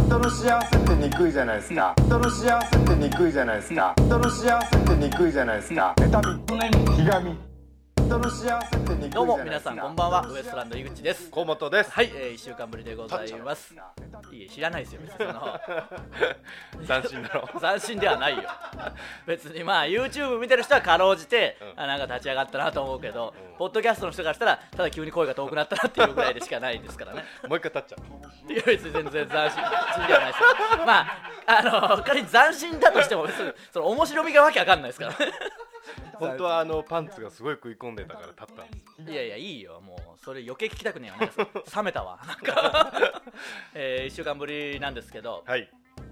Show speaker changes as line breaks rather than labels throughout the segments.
人の幸せってにくいじゃないですか人の幸せってにくいじゃないですか人の幸せってにくいじゃないですか妬みひがみ人の幸せってにくいじゃないですか
どうも皆さんこんばんはウエストランド井口です
河本です
はい、えー、1週間ぶりでございますいえ知らないですよ別にその
斬新だろ
斬新ではないよ別にまあ YouTube 見てる人はかろうじて、
うん
あなんか立ち上がったなと思うけど、ポッドキャストの人からしたらただ急に声が遠くなったなっていうぐらいでしかないですからね
もう一回立っちゃう
いや別に全然斬新ではないですよまああの仮に斬新だとしても別にその面白みがわけわかんないですからね
本当はあのパンツがすごい食い込んでたから立ったんです
いやいやいいよもうそれ余計聞きたくねえよ なんか冷めたわなんか、え1週間ぶりなんですけど、
はい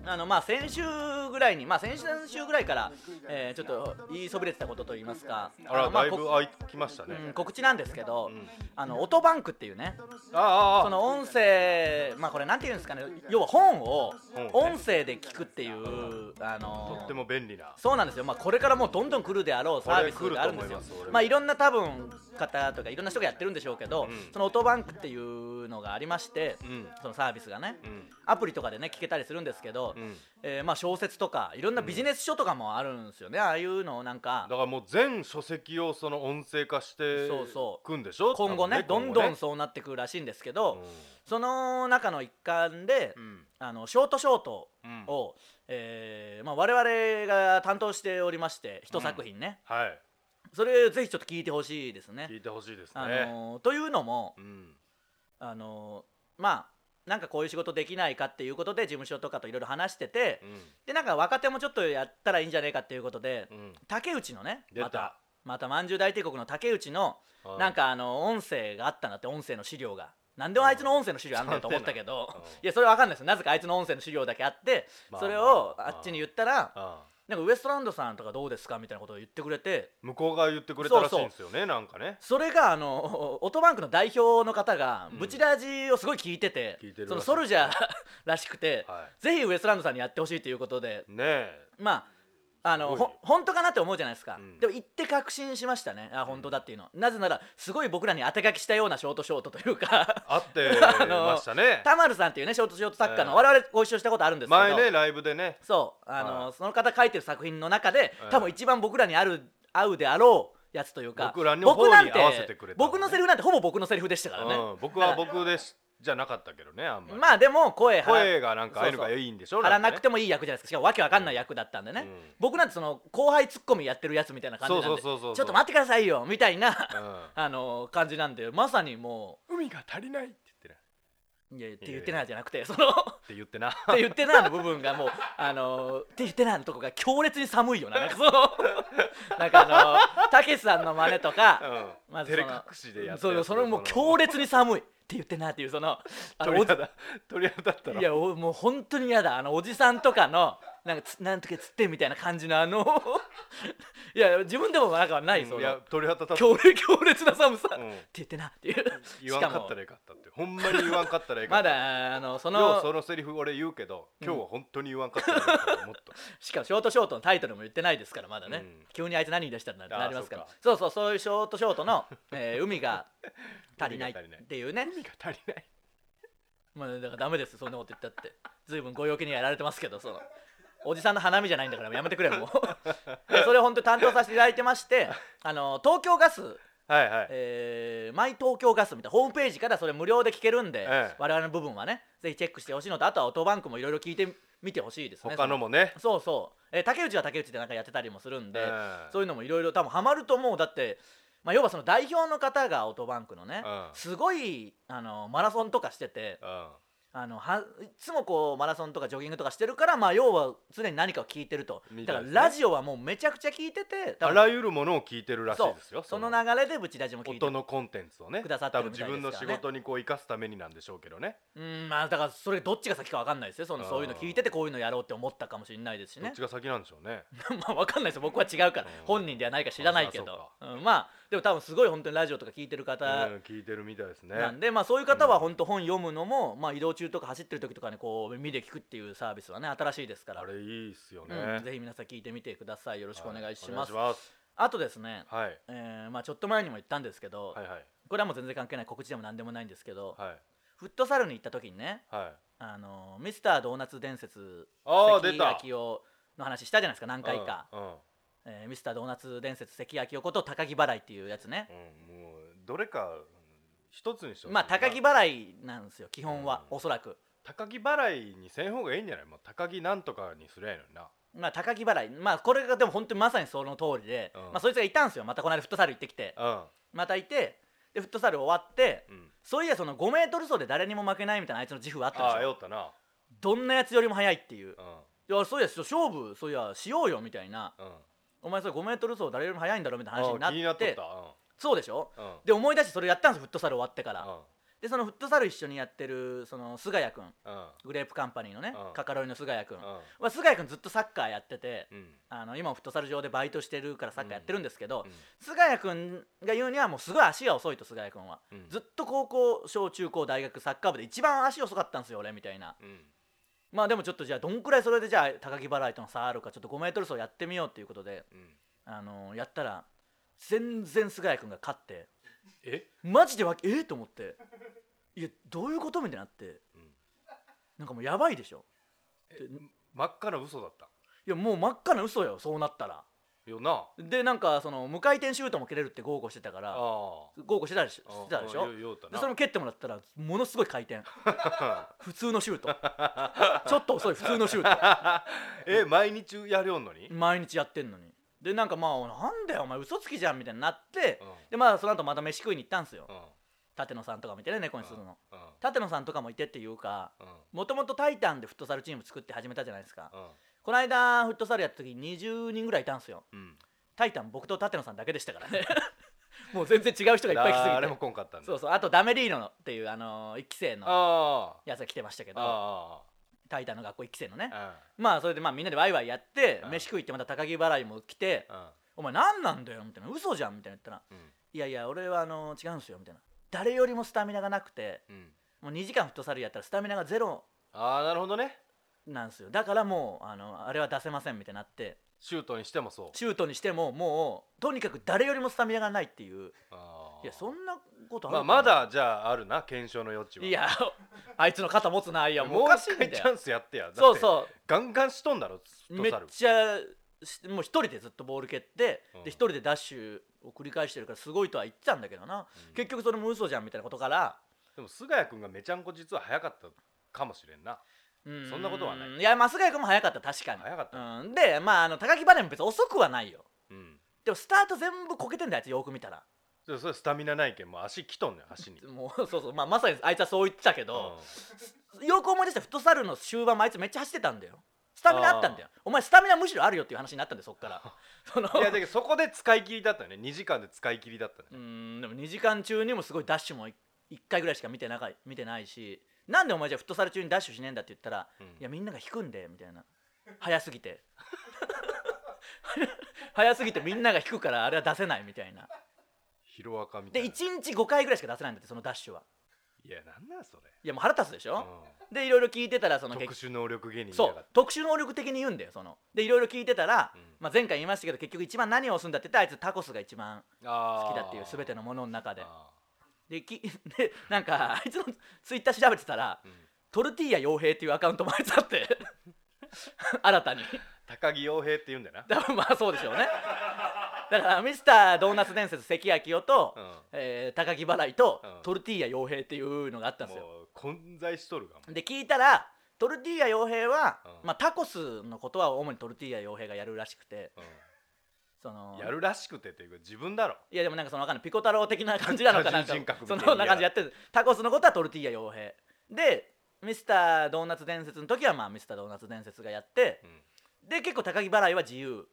あのまあ先週ぐらいにまあ先々週ぐらいから、えーちょっと言いそびれてたことといいますか
あら
のま
だいぶ
こ
空いてきましたね
うん告知なんですけど、
うん
あの音バンクっていうね
あああ
その音声まあこれなんていうんですかね要は本を
本ね
音声で聞くっていうあの
とっても便利な
そうなんですよ、まあ、これからもうどんどん来るであろうサービスがあるんですよ
これ来ると思います俺、も
まあ、いろんな多分方とかいろんな人がやってるんでしょうけど、
うん
そのオトバンクっていうのがありまして、
うん
そのサービスがね、
うん
アプリとかでね聞けたりするんですけど、
うん
えーまあ、小説とかいろんなビジネス書とかもあるんですよね、ああいうのをなんか
だからもう全書籍をその音声化して
そうそう
くんでしょ
今後ね
多
ど
分
んどん
ね
そうなってくるらしいんですけ
う
ど、
ん
その中の一環で、
うん
あのショートショート
うん
を、えーまあ、我々が担当しておりまして一作品ね、
はい
それぜひちょっと聞いてほしいですね。
聞いてほしいです
あ
ね
のーというのも
う、ん
あのーまあなんかこういう仕事できないかっていうことで事務所とかといろいろ話してて、
うん
でなんか若手もちょっとやったらいいんじゃねえかっていうことで、
うん
竹内のね
出
また
た
またまんじゅう大帝国の竹内の
うん
なんかあの音声があったんだって音声の資料が。なんであいつの音声の資料あんねんと思ったけど
うん
いやそれわかんないですよなぜかあいつの音声の資料だけあって
まあ
それを
まあ
あっちに言ったら
ああ
なんかウエストランドさんとかどうですかみたいなことを言ってくれて
向こうが言ってくれたらしいんですよねなんかね
それがあの オートバンクの代表の方が
うん
ブチラジをすごい聞いてて,、
聞いてるらしい
そのソルジャー らしくて、
は
ぜひウエストランドさんにやってほしいということで
いねえ
まああの
すごい
ほ
ね
本当かなって思うじゃないですか、
うん
でも言って確信しましたねあ本当だっていうの、なぜならすごい僕らに当て書きしたようなショートショートというか
あって
あの
ましたね
田丸さんっていうねショートショート作家の、
ええ
我々ご一緒したことあるんですけど
前ねライブでね
そうあの、
は
その方書いてる作品の中で
ええ
多分一番僕らにある合うであろうやつというか
僕らの方に
なん
合わせてくれたのね
僕のセリフなんてほぼ僕のセリフでしたからね、
うん、僕は僕でしじゃなかったけどねあんまり、
まあでも声張ら
声がなんかああいうのがいいんでしょ
張らなくて
も
もいい役じゃないですかしかもわけわかんない役だったんでね、
うん
僕なんてその後輩ツッコミやってるやつみたいな感じなん
そう
で
そうそうそう
ちょっと待ってくださいよみたいな、
う
あの感じなんでまさにも
ん、海が足りないって言ってなっ
う「いや」って
い
言
やいや
ってないじゃなくてそのって
言ってな
言ってないの部分がもう「あのって言ってない」のとこが強烈に寒いよななんかそのなんかあのたけしさんの真似とか、
うん、
まずそ
照れ
の
隠しでやって
そうそれもう強烈に寒いって言ってないっていうそのあの
鳥
おじ
肌鳥肌だったら
いやおもう本当に嫌だあのおじさんとかのなんかつなんとかつってみたいな感じのあのいや自分でもなんかない、
うん
そ
い
の
や鳥肌立つ
強烈強烈な寒さ、
うん
って言ってなって いうし
言わん
か
かっ
も
たらよかったってほんまに言わんかったらよか
ま
った
だあのそ
よう
の
そのセリフ俺言うけど今日は本当に言わんかったらよかったと 思った
しかもショートショートのタイトルも言ってないですからまだね、
うん
急にあいつ何言い出したらなって
あー
なりますから
そう
そう
か
そうそういうショートショートの「 えー海が足りない」
海が足りない
っていうね
海が足りない
まあだからダメですそんなこと言ったって随分ご陽気にやられてますけどそのおじさんの花見じゃないんだからやめてくれもう でそれを本当に担当させていただいてましてあの東京ガス、
はいはい
えーマイ東京ガスみたいなホームページからそれ無料で聞けるんで、
ええ
我々の部分はねぜひチェックしてほしいのとあとはオトバンクもいろいろ聞いてみてほしいですね
他のもね
そうそう、えー竹内は竹内でなんかやってたりもするんで、
うん
そういうのもいろいろ多分ハマると思うだって、まあ、要はその代表の方がオトバンクのね、
うん
すごいあのマラソンとかしてて
うん
あのはいつもこうマラソンとかジョギングとかしてるから、まあ、要は常に何かを聞いてると
みた
だ
い
か
です
ら
ね
ラジオはもうめちゃくちゃ聞いてて多
あ
分
らゆるものを聞いてるらし
そ
いうですよ
その流れでブチラジも聞いてる
音のコンテンツをね
くださってるみたいです
多
からね
分自分の仕事にこう生かすためになんでしょうけどね
うんまあだからそれどっちが先か分かんないですよその
うん
そういうの聞いててこういうのやろうって思ったかもしれないですし
ど
ね
っちが先なんでしょうね
まあ分かんないですよ僕は違うから
うん
本人ではないか知らないけ
あ
ど、うん、まあでも多分すごい本当にラジオとか聞いてる
う
方
ん聞いてるみたいですね
なんで、まあ、そういう方は本当本読むのも、まあ、移動中とか走ってる時とかにこう耳で聞くっていうサービスはね新しいですから
あれいいっすよね、
うん、
よ
ぜひ皆さん聞いてみてくださいよろ
ろ
しくお願いします,、
はい、お願いします
あとですね、
はい
えーまあ、ちょっと前にも言ったんですけど、
はいはい
これはもう全然関係ない告知でも何でもないんですけど、
はい
フットサルに行った時にね
はい
あのミスタードーナツ伝説
あー
関
出た
明夫の話したじゃないですか何回か、
うん
えーミスタードーナツ伝説関明夫こと高木払いっていうやつね
うん、もうどれかうん一つにしてほしい
まあ高木払いなんですよ基本は、
うん
おそらく
高木払いにせん方がいいんじゃないもう高木なんとかにすりゃいいのにな
まあ高木払いまあこれがでも本当にまさにその通りで、
うん
まあそいつがいたんですよまたこの間フットサル行ってきてまたいてでフットサル終わって
うん、うん、
そういやその 5m 走で誰にも負けないみたいなあいつの自負はあった
ああ
でしょ
よったな
どんなやつよりも速いっていう
うん
いやそういやそう勝負そういやしようよみたいな
うん
お前それ 5m 走誰よりも速いんだろみたいな話に
あ
なっ
あ気
て
になっとった
そうでしょ
うんうん
で思い出してそれやったんですよフットサル終わってから、
う
でそのフットサル一緒にやってるその菅谷君
んうん
グレープカンパニーのね、
うん
カカロイの菅谷君、
うん
は菅谷君ずっとサッカーやってて、
うん
あの今もフットサル上でバイトしてるからサッカーやってるんですけど、
うん
菅谷君が言うにはもうすごい足が遅いと菅谷君は、
うん
ずっと高校小中高大学サッカー部で一番足遅かったんですよ俺みたいな
うん
まあでもちょっとじゃあどんくらいそれでじゃあ高木払いとの差あるかちょっと 5m 走やってみようっていうことで、
うん
あのやったら全然菅谷君が勝って
え
マジでわけえー、と思っていやどういうことみたいになって、
うん
なんかもうやばいでしょ
真っ赤な嘘だった
いやもう真っ赤な嘘よそうなったら
よな
でなんかその無回転シュートも蹴れるって豪語してたか
あ
ら
あ
豪語してたでしょしてたでしょ
うんよよった
で
な
それも蹴ってもらったらものすごい回転普通のシュート ちょっと遅い普通のシュー
え毎日やるよんのに
ト毎日やってんのにでなんかまあなんだよお前嘘つきじゃんみたいになって、
うん
でまあその後また飯食いに行ったんですよ
うん
舘野さんとかもいてね猫にするの
うん
舘野さんとかもいてっていうか
うん
もともと「タイタン」でフットサルチーム作って始めたじゃないですか
うん
この間フットサルやった時20人ぐらいいたんですよ
うん
タイタン僕と舘野さんだけでしたからね もう全然違う人がいっぱい来すぎ
誰
て
も来んかったんだ
そうそうあとダメリーノっていうあのー一期生の
あ
やつが来てましたけ
あ
ど
あ
タイタンの学校一期生のね
ああ
まあそれでまあみんなでワイワイやって
うん
飯食い行ってまた高木払いも来て
うん
「お前何なんだよ」みたいな「嘘じゃん」みたいな言ったら「
うん
いやいや俺はあのー違うんすよ」みたいな誰よりもスタミナがなくて
うん
もう2時間フットサルやったらスタミナがゼロ
ああなるほどね
なんですよだからもうあのあれは出せませんみたいになって
シュートにしてもそう
シュートにしてももうとにかく誰よりもスタミナがないっていう
ああ
いやそんなことある
まあ
かな
まだじゃああるな検証の余地はい
やあいつの肩持つないやもうお
もう
かしい
一
んだ
回チャ
よ
ンスやってやだって
そうそ
ガンガンしとんだろ
うめっ
フットサル
ちゃしもう一人でずっとボール蹴って、
うん
で一人でダッシュを繰り返してるからすごいとは言ってたんだけどな、
うん
結局それも嘘じゃんみたいなことから
でも菅谷君がめちゃんこ実は早かったかもしれんな
うん
そんなことはない
いやまあ菅谷君も早かった確かに
早かった
うん、でまああの高木バレーも別に遅くはないよ
うん
でもスタート全部こけてんだよあいつよく見たら
でそれスタミナないけんもう足きとんねん足に
もう そうそう、まあ、まさにあいつはそう言ってたけ
う
ど、
ん
よく思い出したフットサルの終盤もあいつめっちゃ走ってたんだよスタミナあったんだよお前スタミナむしろあるよっていう話になったんでそっ からその
いやだけどそこで使い切りだったよね2時間で使い切りだったね
うーんでも2時間中にもすごいダッシュも1回ぐらいしか見てなかい見てないしなんでお前じゃあフットサル中にダッシュしねえんだって言ったら、
うん
いやみんなが引くんでみたいな早すぎて 早すぎてみんなが引くからあれは出せないみたいな
ヒロアカみた
で
いな
1日5回ぐらいしか出せないんだってそのダッシュはい
やなんなんそれ、
いやもう腹立つでし
う
ょ、
ん
でいろいろ聞いてたらその結局
特殊能力芸人
そ
や
う
がって
特殊能力的に言うんだよそのでいろいろ聞いてたら、
うん
まあ、前回言いましたけど結局一番何を押すんだって言ったらあいつタコスが一番
好
好きだっていう全てのものの中で
あ
でき でなんかあいつのツイッター調べてたら、
ー、うん
トルティーヤ傭兵っていうアカウントもあいつあって 新たに
高木洋平って言うんだよな
多分まあそうでしょうねだからミスタードーナツ伝説関明夫と、
うん
えー高木払いと、
うん
トルティーヤ傭兵っていうのがあったんですよ
もう混在しとるがもう
で聞いたらトルティーヤ傭兵は、
うん
まあ、タコスのことは主にトルティーヤ傭兵がやるらしくてその
うんやるらしくてっていうか自分だろ
いやでもなんかそのわかんないピコ太郎的な感じなのかな
多重人格み
そ
たいな
のな感じやってるタコスのことはトルティーヤ傭兵でミスタードーナツ伝説の時はまあミスタードーナツ伝説がやって
うん
で結構高木払いは自由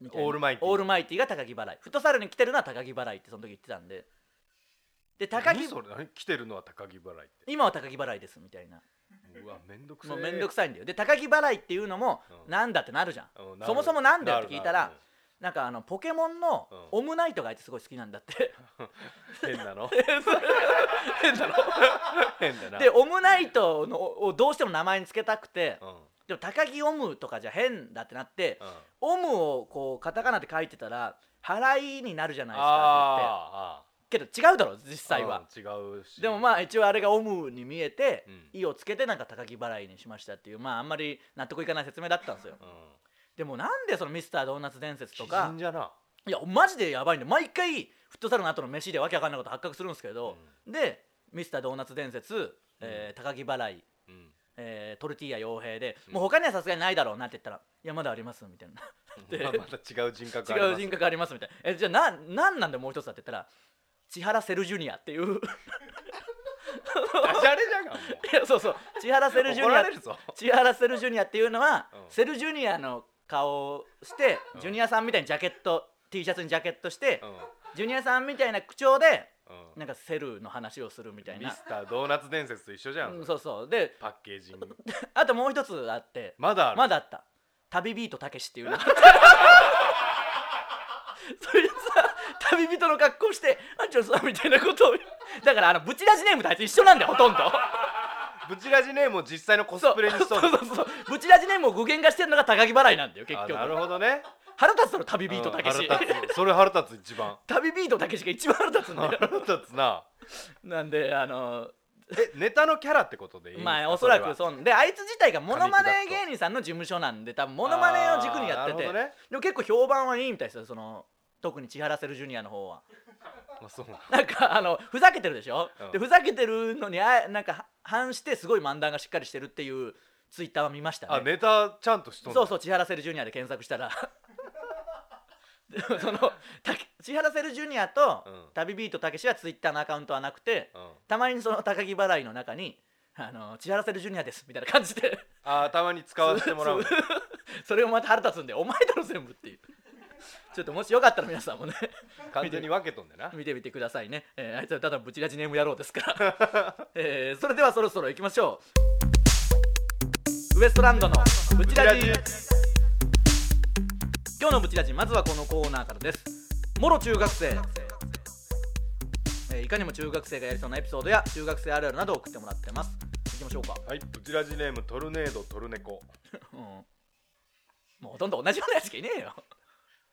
みたいな
オールマイティー
オールマイティーが高木払いフットサルに来てるのは高木払いってその時言ってたんでで高木
何それ何来てるのは高木払いっ
今は高木払いですみたいな
てうわめんどくさ
も
いう
めんどくさいんだよで高木払いっていうのも
うん
なんだってなるじゃん
うんなる
そもそもなんだよって聞いた
な
ら
るなる
なんかあのポケモンの
うん
オムナイトがあいつすごい好きなんだって
変な の
変だろ
変だな
でオムナイトのををどうしても名前につけたくて
うんうん
でも高木オムとかじゃ変だってなってオムをこうカタカナで書いてたら払いになるじゃないですかって言って
あ
けど違うだろ実際は、
うん違うし
でもまあ一応あれがオムに見えて
う
「
ん
意、をつけてなんか高木払いにしましたっていうまああんまり納得いかない説明だったんですよ
うん
でもなんでそのミスタードーナツ伝説と
鬼
か
人じゃない
やマジでやばいんで毎回フットサルの後の飯でわけわかんないこと発覚するんですけど、でミスタードーナツ伝説、えー高木払い、
うん
えートルティーヤ傭兵で、
うん
もう他にはさすがにないだろうなって言ったら「いやまだあります」みたい なで
まあまた違う人格あり
違
ま
う
す
人格ありますみたいな「えじゃあななんなんだもう一つだ」って言ったら「千原セルジュニア」っていう
ダジャレじゃんかも
いやそうそう千原セル
う
ジュ
怒
ニ
ら
ア
れるぞ
千原セルジュニアっていうのは、
うん
セルジュニアの顔をして、
うん
ジュニアさんみたいにジャケット T シャツにジャケットして、
うん
ジュニアさんみたいな口調で
うん
なんかセルの話をするみたい
ミ
な
ス、タードーナツ伝説と一緒じゃ
うんん、そうそうで
パッケージング
あともう一つあって
まだある
まだあった旅ビートたけしって いうのがそれでさ旅人の格好して「あんちょさん」みたいなことをだからあのブチラジネームとあいつ一緒なんだよほとんど
ブチラジネームを実際 のコスプレにし
そ
そううだ
そうそうブチラジネームを具現化してるのが高木払いなんだよ結
あ
局
なるほどね
腹立つだろ旅ビートたけ
う
し
ん腹立つそれ腹立つ 一番
旅ビートたけしが一番腹立つんだよ
腹立つな
なんであの
えネタのキャラってことでいいんですか
まあおそら
れは
くそうであいつ自体がモノマネ
神木だと
芸人さんの事務所なんで多分モノマネを軸にやって
あーなる
て、
ほどね
でも結構評判はいいみたいですよその特に千原セルジュニアの方は
あそうなん
なんかあのふざけてるでしょ、
うん
でふざけてるのにあなんかは反してすごい漫談がしっかりしてるっていうツイッターは見ましたね
あネタちゃんとしとん
そう
の
そう千原セルジュニアで検索したら でもそのたけ千原セルジュニアと、
うん
旅ビートたけしはツイッターのアカウントはなくて、
うん
たまにその高木払いの中に「あの千原セルジュニアです」みたいな感じで
あたまに使わせてもらうの
そうそれをまた腹立つんで「お前だろ全部」っていうちょっともしよかったら皆さんもね
完全に分けとんでな
見てみてくださいね、えーあいつはただブチラジネーム野郎ですから、 えーそれではそろそろ行きましょうウエストランドのブチラジ今日のブチラジまずはこのコーナーからですもろ中学生えーいかにも中学生がやりそうなエピソードや中学生あるあるなどを送ってもらってます行きましょうか、
はいブチラジネームトルネードトルネコ
うん、もうほとんど同じようなやつしかいねえよ、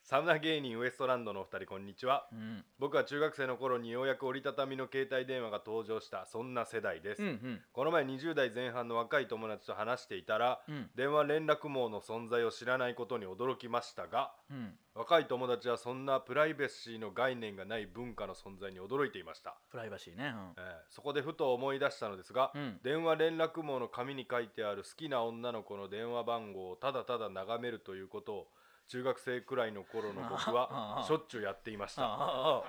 サウナ芸人ウエストランドのお二人こんにちは
うん、
僕は中学生の頃にようやく折りたたみの携帯電話が登場したそんな世代です、
うんうん
この前20代前半の若い友達と話していたら、
うん
電話連絡網の存在を知らないことに驚きましたが
うん
若い友達はそんなプライバシーの概念がない文化の存在に驚いていました、
プライバシーね、
えーそこでふと思い出したのですが、
うん
電話連絡網の紙に書いてある好きな女の子の電話番号をただただ眺めるということを中学生くらいの頃の僕
あ
は
あ
しょっちゅうやっていまし
ああ
た
ああ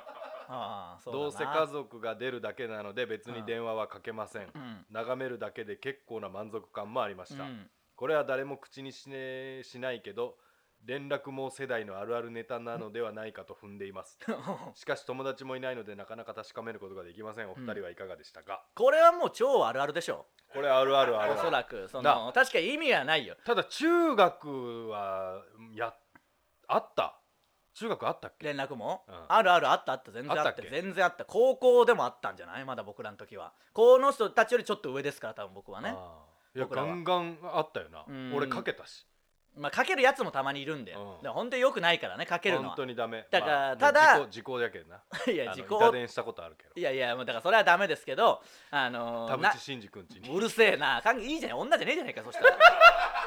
ああそうだな
どうせ家族が出るだけなので別に電話はかけません、
うん
眺めるだけで結構な満足感もありました、
うん
これは誰も口にし,、ね、しないけど連絡網世代のあるあるネタなのではないかと踏んでいますしかし友達もいないのでなかなか確かめることができませんお二人はいかがでしたか、
これはもう超あるあるでしょ
これあるあるある
おそ
ある
らくその
な
確かに意味はないよ
ただ中学はやあった中学あったっけ
連絡も、
うん
あるあるあったあった全然あった
あったっけ
全然あった高校でもあったんじゃないまだ僕らの時はこの人たちよりちょっと上ですから多分僕はね
ああいや
僕ら
ガ
は
ンガンあったよな
うん
俺かけたし
まあかけるやつもたまにいるんで、
うん
でも本当によくないからねかけるの
本
は
当にダメ
だから
まあ
ただ
もう時効時効やけどな
いや
あ
時
の
効
痛電したことあるけど
いやいやもうだからそれはダメですけどあのー
田
な
淵真二君ちに
うるせえなかんいいじゃない女じゃねえじゃないかそしたら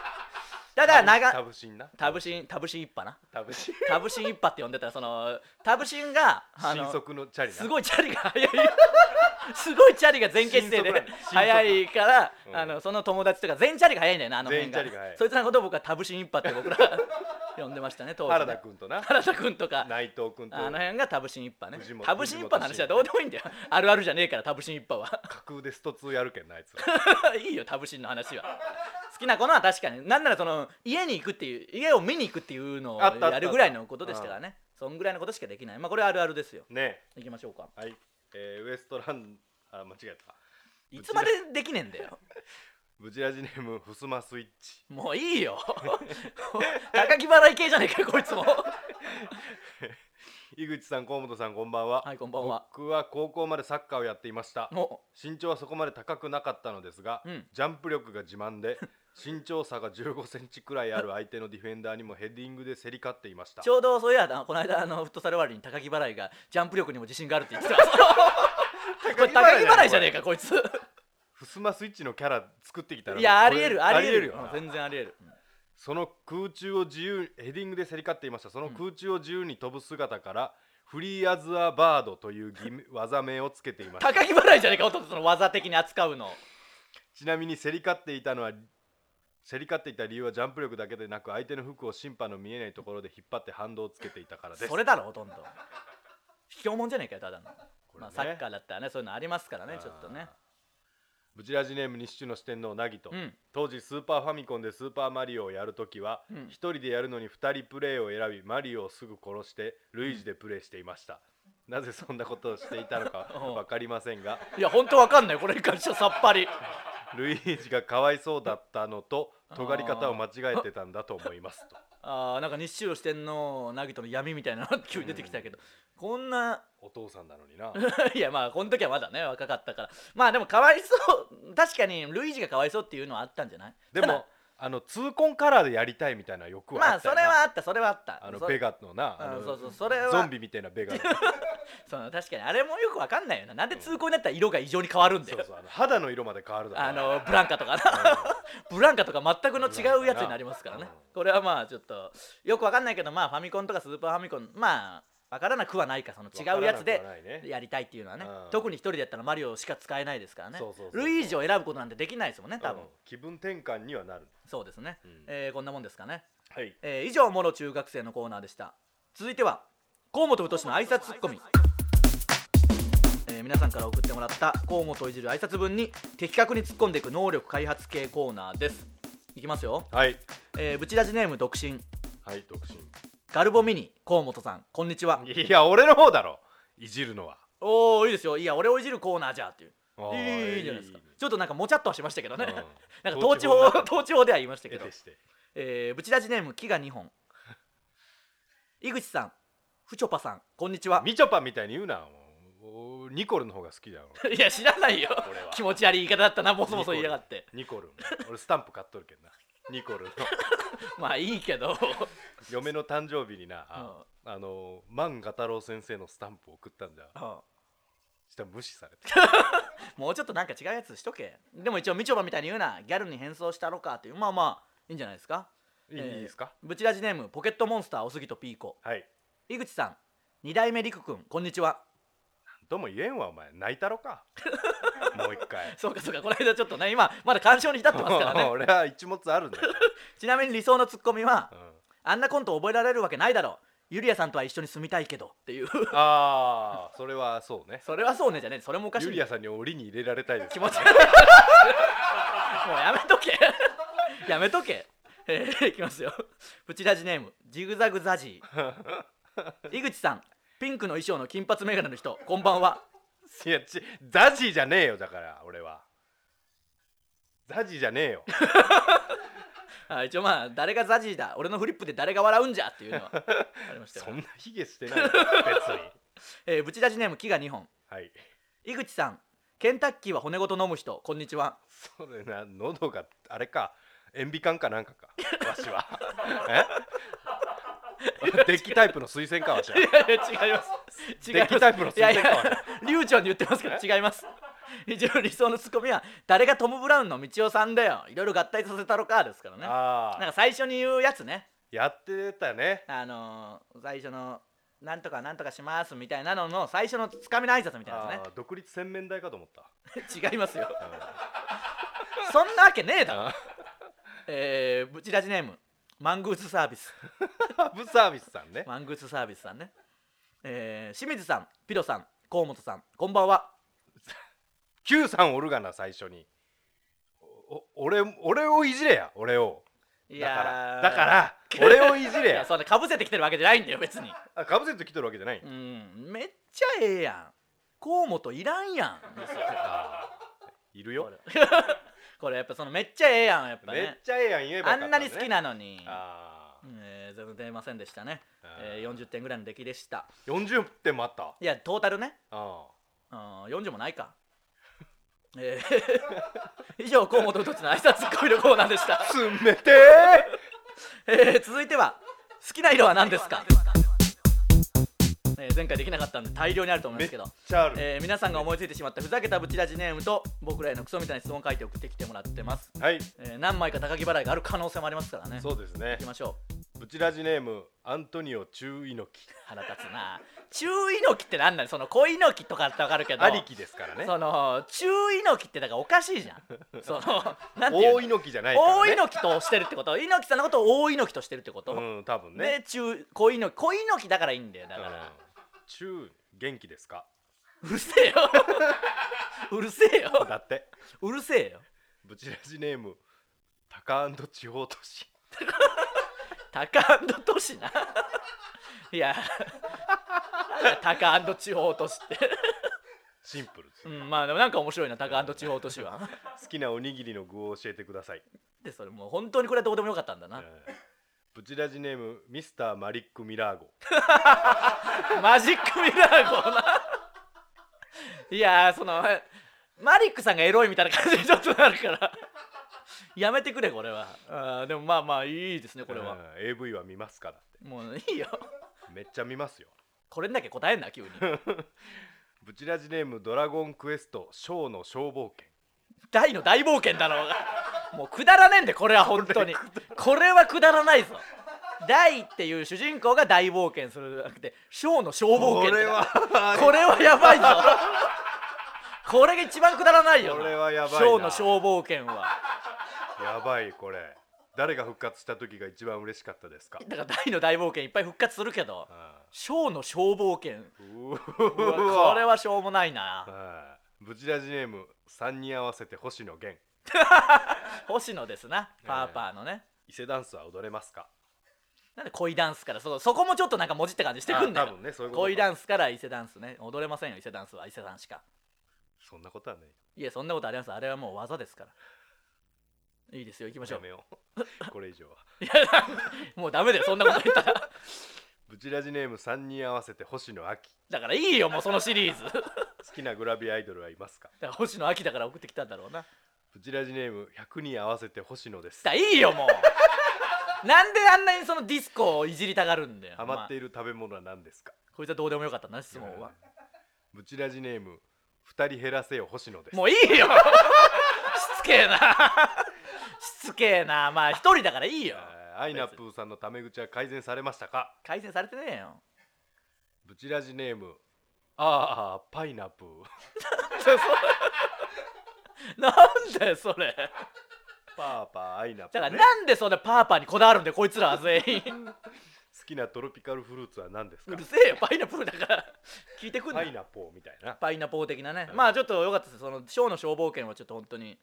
ただ
田
長
淵な
タブシンタブシン一派な
田淵
タブシン一派って呼んでたらそのタブシンが あ
新
の
速のチャリな
すごいチャリが速い すごいチャリが全結成
新速な
で
んだ新速
速いから、
うん
あのその友達とか全チャリが速いんだよなあの辺が
全チャリが速い
そいつのことを僕はタブシン一派って僕ら 呼んでましたね当時ね
原田君とな
原田君とか
内藤君と
あの辺がタブシン一派
藤
ね
本
タブシン一派の話はどうでもいいんだよあるあるじゃねえからタブシン一派は
架空でスト2やるけんなあいつら
いいよタブシンの話は好きな子のは確かになんならその家に行くっていう家を見に行くっていうのを
あったあったあった
やるぐらいのことでしたからねそんぐらいのことしかできないまあこれあるあるですよ
ね
行きましょうか
えはい、えーウエストランあ間違えた
いつまでできねえんだよ
ブチラジネームふすまスイッチ
もういいよ 高木払い系じゃねえかよこいつ も
井口さん河本さんこんばんは、
はいこんばんは
僕は高校までサッカーをやっていました
も
身長はそこまで高くなかったのですが、
うん
ジャンプ力が自慢 で身長差が1 5センチくらいある相手のディフェンダーにもヘディングで競り勝っていました
ちょうどそういやなこの間あのフットサルワールドに高木払いがジャンプ力にも自信があるって言 ってたこれ高木払いじゃねえかこいつ
ふすまスイッチのキャラ作ってきたら
いやあ
こ
り
れ
えるありえる
よな
うん全然ありえるうん
その空中を自由ヘディングで競り勝っていましたその空中を自由に飛ぶ姿から、フリーアズアバードという技名技名をつけていました
高木払いじゃねえか弟その技的に扱うの
ちなみに競り勝っていたのは競り勝っていた理由はジャンプ力だけでなく相手の服を審判の見えないところで引っ張って反動をつけていたからです
それだろほとんど卑怯もんじゃねえかよただの、
これ
ま
ね
あ、サッカーだったらねそういうのありますからねちょっとね
ブチラジネーム西中の四天王なぎと、
うん
当時スーパーファミコンでスーパーマリオをやるときは
うん
一、人でやるのに二人プレイを選びマリオをすぐ殺してルイージでプレイしていました、なぜそんなことをしていた のか
うん
分かりませんが
いや本当わかんないこれに関してはさっぱり
ルイージがかわいそうだったのと 尖り方を間違えてたんだと思いますと
あーなんか日中してんのなぎとの闇みたいなの急に出てきたけど、こんな
お父さんなのにな
いやまあこの時はまだね若かったからまあでもかわいそう確かにルイージがかわいそうっていうのはあったんじゃない
で
た
も
だ
あの痛恨カラーでやりたいみたいな欲は
ま
あ
あ
った
そ
よ
れ
な、
はあったそれはあった
あの
そ
ベガのな
うん
あの
そうそうそれは
ゾンビみたいなベガの
その確かにあれもよくわかんないよななんで通行になったら色が異常に変わるんだ
そ
よ
うそうあの肌の色まで変わるだろう
あ
な
のブランカとかな ブランカとか全くの違うやつになりますからね
うん
これはまあちょっとよくわかんないけどまあファミコンとかスーパーファミコンまあわからなくはないかその違うやつ
わ
で
からなくはない ね
やりたいっていうのはね
うん
特に一人でやったらマリオしか使えないですからね
そうそうそう
ルイージを選ぶことなんてできないですもんね多分、
うん気分転換にはなる
そうですね、
ん
えーこんなもんですかね、
はい
えー以上もろ中学生のコーナーでした続いては河本太の挨拶ツッコミえー皆さんから送ってもらった河本をいじる挨拶文に的確に突っ込んでいく能力開発系コーナーですいきますよ、
はい
えー、ブチラジネーム独身
はい独身
ガルボミニ河本さんこんにちはい
や俺の方だろいじるのは
おおいいですよいや俺をいじるコーナーじゃっていう
あ
い
ー
いいいじゃないですか
いい
ちょっとなんかもちゃっとはしましたけどね、
うん
なんか統治法
統治法
統治法では言いましたけ
得
ど
てして
えー、ブチラジネーム木が2本井口さんフチョパさんこんにちは
みちょぱみたいに言うなもうニコルの方が好きだよ
いや知らないよ
俺は
気持ち悪い言い方だったなもそもそ言いやがって
ニコル俺スタンプ買っとるけどなニコルの
まあいいけ ど
嫁の誕生日になああの万賀太郎先生のスタンプ送ったんだしたら無視された
もうちょっとなんか違うやつしとけでも一応みちょぱみたいに言うなギャルに変装したろかっていうまあまあいいんじゃないですか
い い
えー
いいですか
ブチラジネームポケットモンスターおすぎとピーコ
はい
井口さん二代目りくくんこんにちは
どうも言えんわお前泣いた ろかもう一回
そうかそうかこの間ちょっとね今まだ鑑賞に浸ってます からね
俺は一物あるんだよ、
ちなみに理想のツッコミは
うん、
あんなコント覚えられるわけないだろゆりやさんとは一緒に住みたいけどっていう
ああそれはそうね
それはそうねじゃねえそれもおかしい
ユリアさんに檻に入れられたいです
気持ち悪いもうやめとけ やめとけえー、いきますよプチラジネームジグザグザジー井口さんピンクの衣装の金髪メガネの人こんばんはい
やちザジーじゃねえよだから俺はザジーじゃねえ よ
あ一応まあ誰がザジーだ俺のフリップで誰が笑うんじゃっていうのはありましたよ
そんなヒゲしてないよ別に
えー、ブチラジネーム木が2本
はい
井口さんケンタッキーは骨ごと飲む人こんにちは
それな喉があれか塩ビ管かな んかかわしはえ デッキタイプの推薦かわ しはい
やいや違います。違います
デッキタイプの推薦
いや
か
いや、流暢に言ってますけど違います。一応理想のツッコミは誰がトム・ブラウンの道夫さんだよいろいろ合体させたろかですからねな
あ
ん
あ
か最初に言うやつね
やってたね
あのー、最初のなんとかなんとかしますみたいなのの最初のつかみの挨拶みたいな
あ
や
ー独立洗面台かと思った
つね違いますよそんなわけねえだろ
あー
えー、ブチラジネームマングースサービス
ハブサービスさんね
マングースサービスさんねえー、清水さんピロさん河本さんこんばんは
Q さんおるがな最初におお俺俺をいじれや俺を
い
だから
やー
だから俺をいじれ
いや
や
それかぶせてきてるわけじゃないんだよ別に
あかぶせてきとるわけじゃない、
うんめっちゃええやん河本いらんやん
あーいるよ
これやっぱそのめっちゃええやんやっぱ
めっ
ね
ちゃええやん言えば
あ
よか
ん
っ
な
たね
に好きなのに、
あ
えー全然出ませんでしたね、
あ
えー、40点ぐらいの出来でした
ー40点もあった
いやトータルね
あ
うん40もないかえー 以上河本太の挨拶っこいのコーナーでした
ー冷て
えー続いては好きな色は何ですか、えー前回できなかったんで大量にあると思
ー
いま
めっ
すけど、
ちゃある、
えー皆さんが思いついてしまったふざけたブチラジネームと僕らへのクソみたいな質問を書いて送ってきてもらってます、
はい
えー何枚か高木払いがある可能性もありますからね
そうですね
いきましょう
ブチラジネームアントニオ中猪
腹立つな中猪木って何なんその小猪木とかだってわかるけ
木
ど
ありきですからね
その中猪木ってだからおかしいじゃんそのなんていう
大
の
猪木じゃないから
大
ね
猪木としてるってこと猪木さんのことを大猪木としてるってこと、
うん多分ね
ね、中小猪木小猪木だからいいんだよだ
う
か
ん
ら、
中元気ですか
うるせえようるせえよ
だって
うるせえよ
ブチラジネームタカ地方都市
タカ都市な いやタカ地方都市って
シンプルです、
うんまあでもなんか面白いなタカ地方都市は
好きなおにぎりの具を教えてください、
でそれもう本当にこれはどうでもよかったんだな、
うんブチラジネームミスターマリック・ミラーゴ
マジックミラーゴ ないやーそのマリックさんがエロいみたいな感じにちょっとなるからやめてくれこれはあーでもまあまあいいですねこれは、
うん AV は見ますかだって
もういいよ
めっちゃ見ますよ
これにだけ答えんな急に
ブチラジネームドラゴンクエストショーの消防犬
大の大冒険だろうがもうくだらねえんでこれは本 当にこれはくだらないぞ大っていう主人公が大冒険するわけで小の小冒険
これは
これはやばいぞこれが一番くだらないよ
これはやばいな
小の小冒険は
やばいこれ誰が復活した時が一番嬉しかったですか、
だから大の大冒険いっぱい復活するけど
う
小の小冒険
ん、う
うわ
わ
これはしょうもないな
うんブチラジネーム3に合わせて星野源
星野ですなパーパーのね
伊勢ダンスは踊れますか
なんで恋ダンスからそそこもちょっとなんか文字って感じしてくんだ
あ
よ
多分ねそういうこと
恋ダ
ン
ンスから伊勢ダンスね踊れませんよ伊勢ダンスは伊勢ダンしか
スそんなことはね
いやそんなことありますあれはもう技ですからいいですよ行きましょ
や
う
めよう これ以上は
もうダメだよそんなこと言ったら
ブチラジネーム3に合わせて星野亜紀
だからいいよもうそのシリーズだか
好きなグラビアアイドルはいますから
星野秋だから送ってきたんだろうなだか
ブチラジネーム100に合わせて星野です
らいいよもうなんであんなにそのディスコをいじりたがるんだよ
ハマって
ま
いる食べ物は何ですか
あこいつはどうでもよかったな質問は
ブチラジネーム2人減らせよ星野です
もういいよしつけえなしつけえなまあ一人だからいいよ
あーアイナップーさんのタメ口は改善されましたか
改善されてねえよ
ブチラジネームああパイナップー
なんだよそれ
パーパーアイナップ
だ
ー
か
ね、
らなんでそんなパーパーにこだわるんだよこいつらは全員
好きなトロピカルフルーツは何です
う
か
るせえよパイナップルだから聞いてくんな
パイ
よ
ナポーみたいな
パイナポー的なねまあちょっとよかったですそのショーの消防犬はちょっと本当に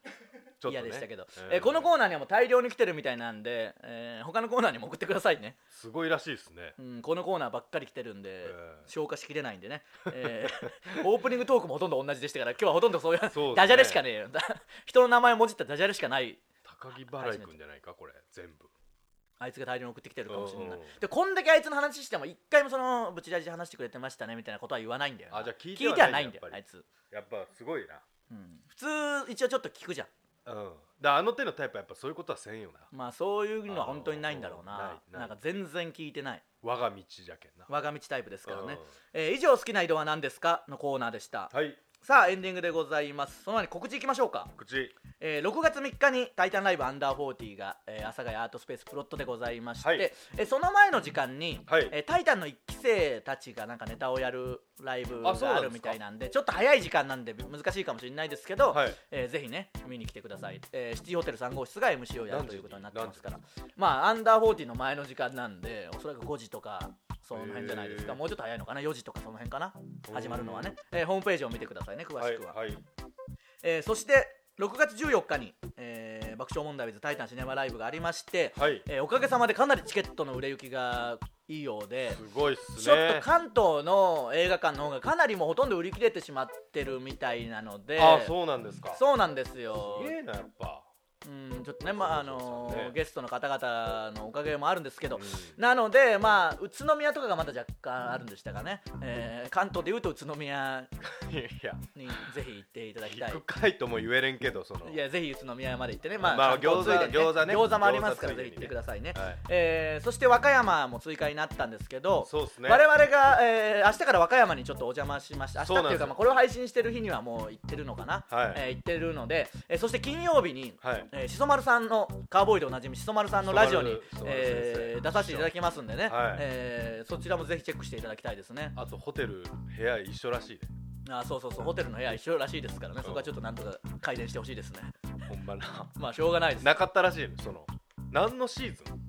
ちょっとね
嫌でしたけど、
うん
えーこのコーナーにはもう大量に来てるみたいなんで、えー他のコーナーにも送ってくださいね、
すごいらしいですね
うん、このコーナーばっかり来てるんで、
うん
消化しきれないんでね、えー オープニングトークもほとんど同じでしたから今日はほとんどそういう
すね
ダジャレしかねえよだ人の名前をもじったダジャレしかない
高木払いくんじゃないかこれ全部
あいつが大量に送ってきてるかもしれない
うんうん
でこんだけあいつの話しても一回もそのブチラジで話してくれてましたねみたいなことは言わないんだよな
あじゃあ聞い
聞い
て
てはな
はないい
ん
ん
だ
だ
よあいつ、
やっぱすごいな
うん普通一応ちょっと聞くじゃん
うんだあの手のタイプはやっぱそういうことはせんよな
まあそういうのは本当にないんだろうな
うんない
な
なんい
か全然聞いてない
我が道じゃけんな
我が道タイプですからね
うん、
えー以上好きな色は何ですかのコーナーでした、
はい
さあエンディングでございますその前に告知いきましょうか
口
えー6月3日に「タイタンライブアンダー40が」えー阿佐ヶ谷アートスペースプロットでございまして、
はい
えーその前の時間に、
はい
えータイタンの1期生たちがなんかネタをやるライブが
あそうな
あ
んで
る
すか
みたいなんでちょっと早い時間なんで難しいかもしれないですけど、
はい
えーぜひね見に来てください、えーシティホテル3号室が MC をやる
何時
ということになってますからまあアンダー40の前の時間なんでおそらく5時とかその辺じゃないですか
へー
もうちょっと早いのかな4時とかその辺かな
うん
始まるのはね、えーホームページを見てくださいね詳しくは。
はいはい
えーそして6月14日に、えー爆笑問題 with タイタンシネマライブがありまして、
はい
えーおかげさまでかなりチケットの売れ行きがいいようです
ごいっすね
ちょっと関東の映画館の方がかなりもうほとんど売り切れてしまってるみたいなので
あそうなんですか
そうなんですよ
すげえなやっぱ
うん、ちょっとね、まああの
そうですよね
ゲストの方々のおかげもあるんですけど、
うん
なので、まあ、宇都宮とかがまだ若干あるんでしたかね、えー関東でいうと宇都宮
いやいや
にぜひ行っていただきたい
行く。かいとも言えれんけどその
いやぜひ宇都宮まで行ってね、まあ、
まあ
観光ついでに
餃子餃子ね
餃子もありますから、
餃子つ
ぜ
いで
ひ行っ
にね
てくださいね、
はい
えーそして和歌山も追加になったんですけど、
そうですね
我々が、えー明日から和歌山にちょっとお邪魔しました
そ
明
う
日っ
なん
ていう
です
か
よ
まあこれを配信してる日にはもう行ってるのかな、
はい
えー行ってるので、えーそして金曜日に、
はい
えーしそ丸さんのカーボーイでおなじみしそ丸さんのラジオに
しそ丸しそ、丸先生
えー出させていただきますんでね、
はい
えーそちらもぜひチェックしていただきたいですね
あとホテル部屋一緒らしいね
あーそうそうそうホテルの部屋一緒らしいですからねそこはちょっとなんとか改善してほしいですね
ほんまな
まあしょうがないです
なかったらしいねその何のシーズン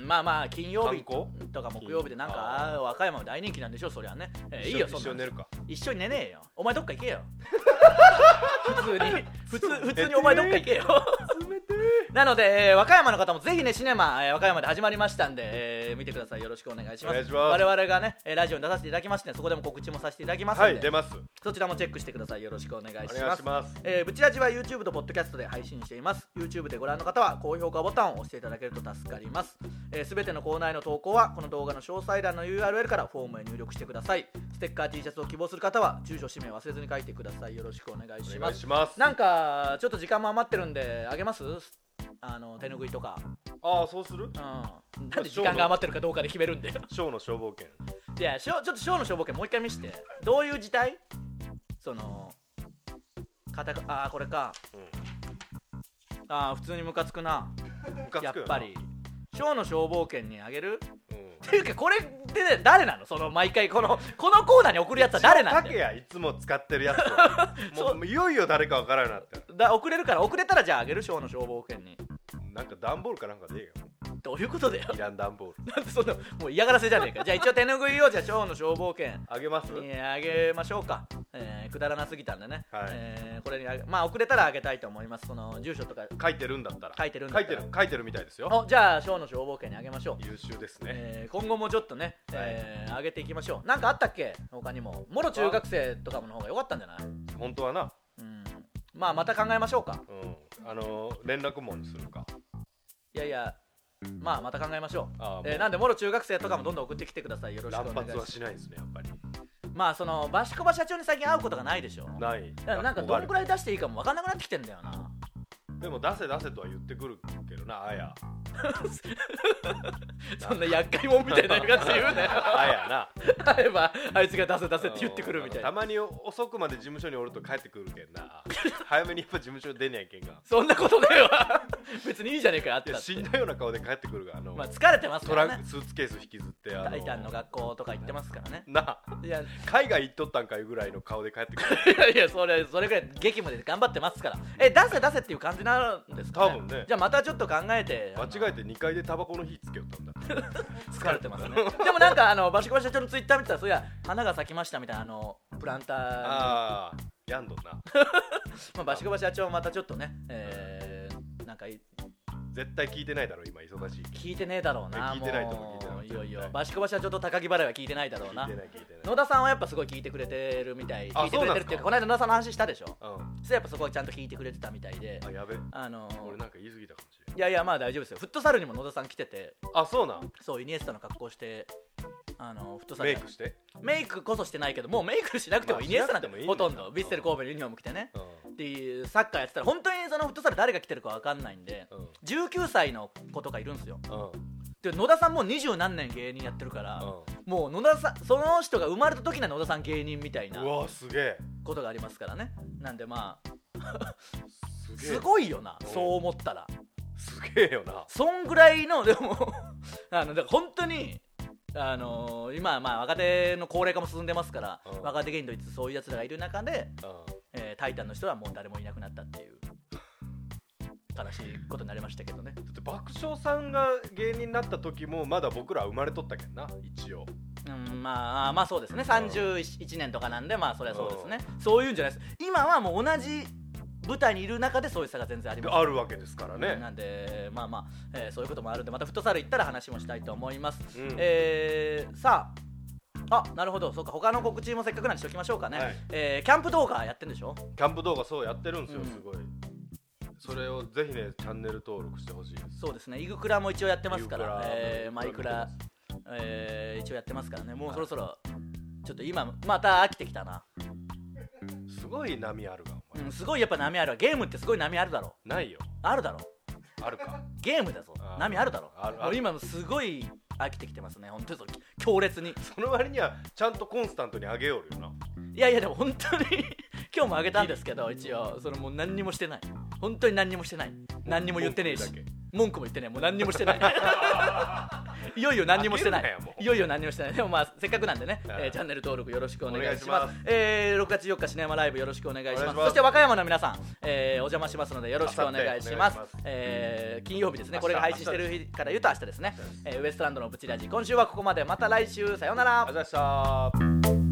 うんまあまあ金曜日
観
とか木曜日でなんか
あ
あー和歌山も大人気なんでしょそりゃね、えーい
一緒
いよそん
一
な
緒
ん
に寝るか
一緒に寝ねえよお前どっか行け よ普通に普通普通にお前どっか行けよなので、えー和歌山の方もぜひねシネマ、えー和歌山で始まりましたんで、えー見てくださいよろしくお願いします
お願いします
我々がねえーラジオに出させていただきましてそこでも告知もさせていただきますんで、
はい出ます
そちらもチェックしてくださいよろしくお願いします
お願いします
えーブチラジは YouTube と Podcast で配信しています YouTube でご覧の方は高評価ボタンを押していただけると助かりますえーすべ、てのコーナーへの投稿はこの動画の詳細欄の URL からフォームへ入力してくださいステッカー T シャツを希望する方は住所氏名忘れずに書いてくださいよろしくお願いし
お
ま
願い
す
します
なんかちょっと時間も余ってるんであげますあの手拭いとか
ああそうする
うんなんで時間が余ってるかどうかで決めるんで
ショーの消防権
いやしょちょっとショーの消防権もう一回見してどういう事態その片かああこれか
うん
ああ普通にムカつくな
ムカつ
やっ
くよな
ぱり小の消防権にあげる
うん
っていうかこれで誰なのその毎回このこのコーナーに送るやつは誰なん
竹
だよ
やいつも使ってるやつはも
そう
うもういよいよ誰かわからんようになっ
だ送れるから送れたらじゃああげる小の消防権に
たよなんか段ボールかなんかでええよ
どういうことだよ
いらん段ボール
なんでそんなもう嫌がらせじゃねえかじゃあ一応手拭いをじゃあ小の消防権
あげます
にあげましょうか、えーくだらなすぎたんでね、
はい
えーこれにあげまあ遅れたらあげたいと思いますその住所とか
書いてるんだったら
書いてるんだっ
書い
た
て
ら
る書いてるみたいですよ
おじゃあ小の消防権にあげましょう
優秀ですね
えー今後もちょっとね、えー上げていきましょうなんかあったっけ他にももろ中学生とかの方が良かったんじゃない
本当はな
うんまあまた考えましょうか
うんあのー連絡網にするか
いやいやまあまた考えましょう
あーもう
えーなんでもろ中学生とかもどんどん送ってきてくださいよろしくお
乱
願いし
発
ま
は
す
しないですねやっぱり
まあそのバシコバ社長に最近会うことがないでしょ
ない
だからなんかどんくらい出していいかも分かんなくなってきてんだよな
でも出せ出せとは言ってくるけどなあや
そんな厄介者みたいなやつ言う なよ
あやな
会えばあいつが 出せ出せって言ってくるみたい
た
な
まに遅くまで事務所におると帰ってくるけんな早めにやっぱ事務所出ね えけんが
そんなことねえわ 別にいいじゃねえかよあっ
い
た
や
っ
死
て
んだような顔で帰ってくるがあの、
まあ疲れてます
ト
から
ラン
ね
クスーツケース引きずってあ
タイタンの学校とか行ってますからね
なあ
いやい
海外行っとったんかいうぐらいの顔で帰ってくる
やいやそれそれぐらい激務で頑張ってますからえ出せ出せっていう感じなんですか、ね、
多分ね
じゃあまたちょっと考えてあ
間
の
違えて2階でタバコの火つけよったんだ
疲れてますねでもなんかあのバシコバ社長のツイッター見てたらそういや花が咲きましたみたいなあのプランター
ああやんどんな
まあ、バシコバ社長もまたちょっとねえーなんかい
絶対聞いてないだろ今忙しい
聞いてねえだろうな
聞いてないと思
も
う聞いてな
う
い
いよいよ
はい
バシコバ社長と高木払いは聞いてないだろう
聞
ない
てない聞いてない
野田さんはやっぱすごい聞いてくれてるみたい
あ
聞いてくれてるっていうかこ
そう
の間野田さんの話したでしょ
うん
そしたらやっぱそこはちゃんと聞いてくれてたみたいで
あやべ
あのー
俺なんか言い過ぎたかもしれない
いやいやまあ大丈夫ですよフットサルにも野田さん来てて
あそうなん
そうイニエスタの格好してあのフットサル
メイ
や
クして
メイクこそしてないけどもうメイクしなくても
まあ
イニエスタなんて
しなくてもいいん
ほ
だよ
とんどヴィッセル神戸のユニフォーム着てね
うん
っていうサッカーやってたら本当にそのフットサル誰が来てるかわかんないんで
うん
19歳の子とかいるんですよ
うん
で野田さんもう二十何年芸人やってるからもう野田さんその人が生まれた時の野田さん芸人みたいな
うんうわすげえ
ことがありますからねなんでまあ
すげえ
すごいよな
うん
そう思ったら
すげえよな
そんぐらいのでも あのだから本当にあのー今はまあ若手の高齢化も進んでますから、
うん
若手芸人といつそういうやつらがいる中で、
う
えータイタンの人はもう誰もいなくなったっていう悲しいことになりましたけどね
んだって爆笑さんが芸人になった時もまだ僕らは生まれとったけんな一応
うんまああーまあそうですね31年とかなんでまあそれはそうですねそういうんじゃないです今はもう同じ舞台にいる中でそういう差が全然あり
で
ます
あるわけですからね
なんでまあまあ、えーそういうこともあるんでまたフットサル行ったら話もしたいと思います、
うん
えーさああなるほどそうか他の告知もせっかくなんでしておきましょうかね、
はい
えーキャンプ動画やってるんでしょ
キャンプ動画そうやってるんですよ、
うん
すごいそれをぜひねチャンネル登録してほしいです
そうですねイグクラも一応やってますから
イグクラ
えーまあイグクラえー一応やってますからねもうそろそろちょっと今また飽きてきたな、
すごい波あるがお
う
前、
ん、すごいやっぱ波あるわゲームってすごい波あるだろ
ないよ
あるだろ
あるか
ゲームだぞ
あー
波あるだろ
あるある
もう今もすごい飽きてきてますね本当にそう強烈に
その割にはちゃんとコンスタントに上げよるよない
やいやでも本当に 今日もあげたんですけど一応そのもう何にもしてない本当に何にもしてない何にも言ってねえし
文句だ
文句も言ってねえもう何にもしてない いよいよ何にもしてな
あげ
い
んなよもう
いよいよ何にもしてないでもまあせっかくなんでね、
はい
えーチャンネル登録よろしくお願いします
お願いします
えー6月4日シネマライブよろしくお願いします
お願いします
そして和歌山の皆さん、えーお邪魔しますのでよろしくお願いします
明後日お願いします
えー金曜日ですね
明日
これが配信してる日から言うと明日ですね、えーウエストランドのブチラジ今週はここまでまた来週さようなら
ありがとうございました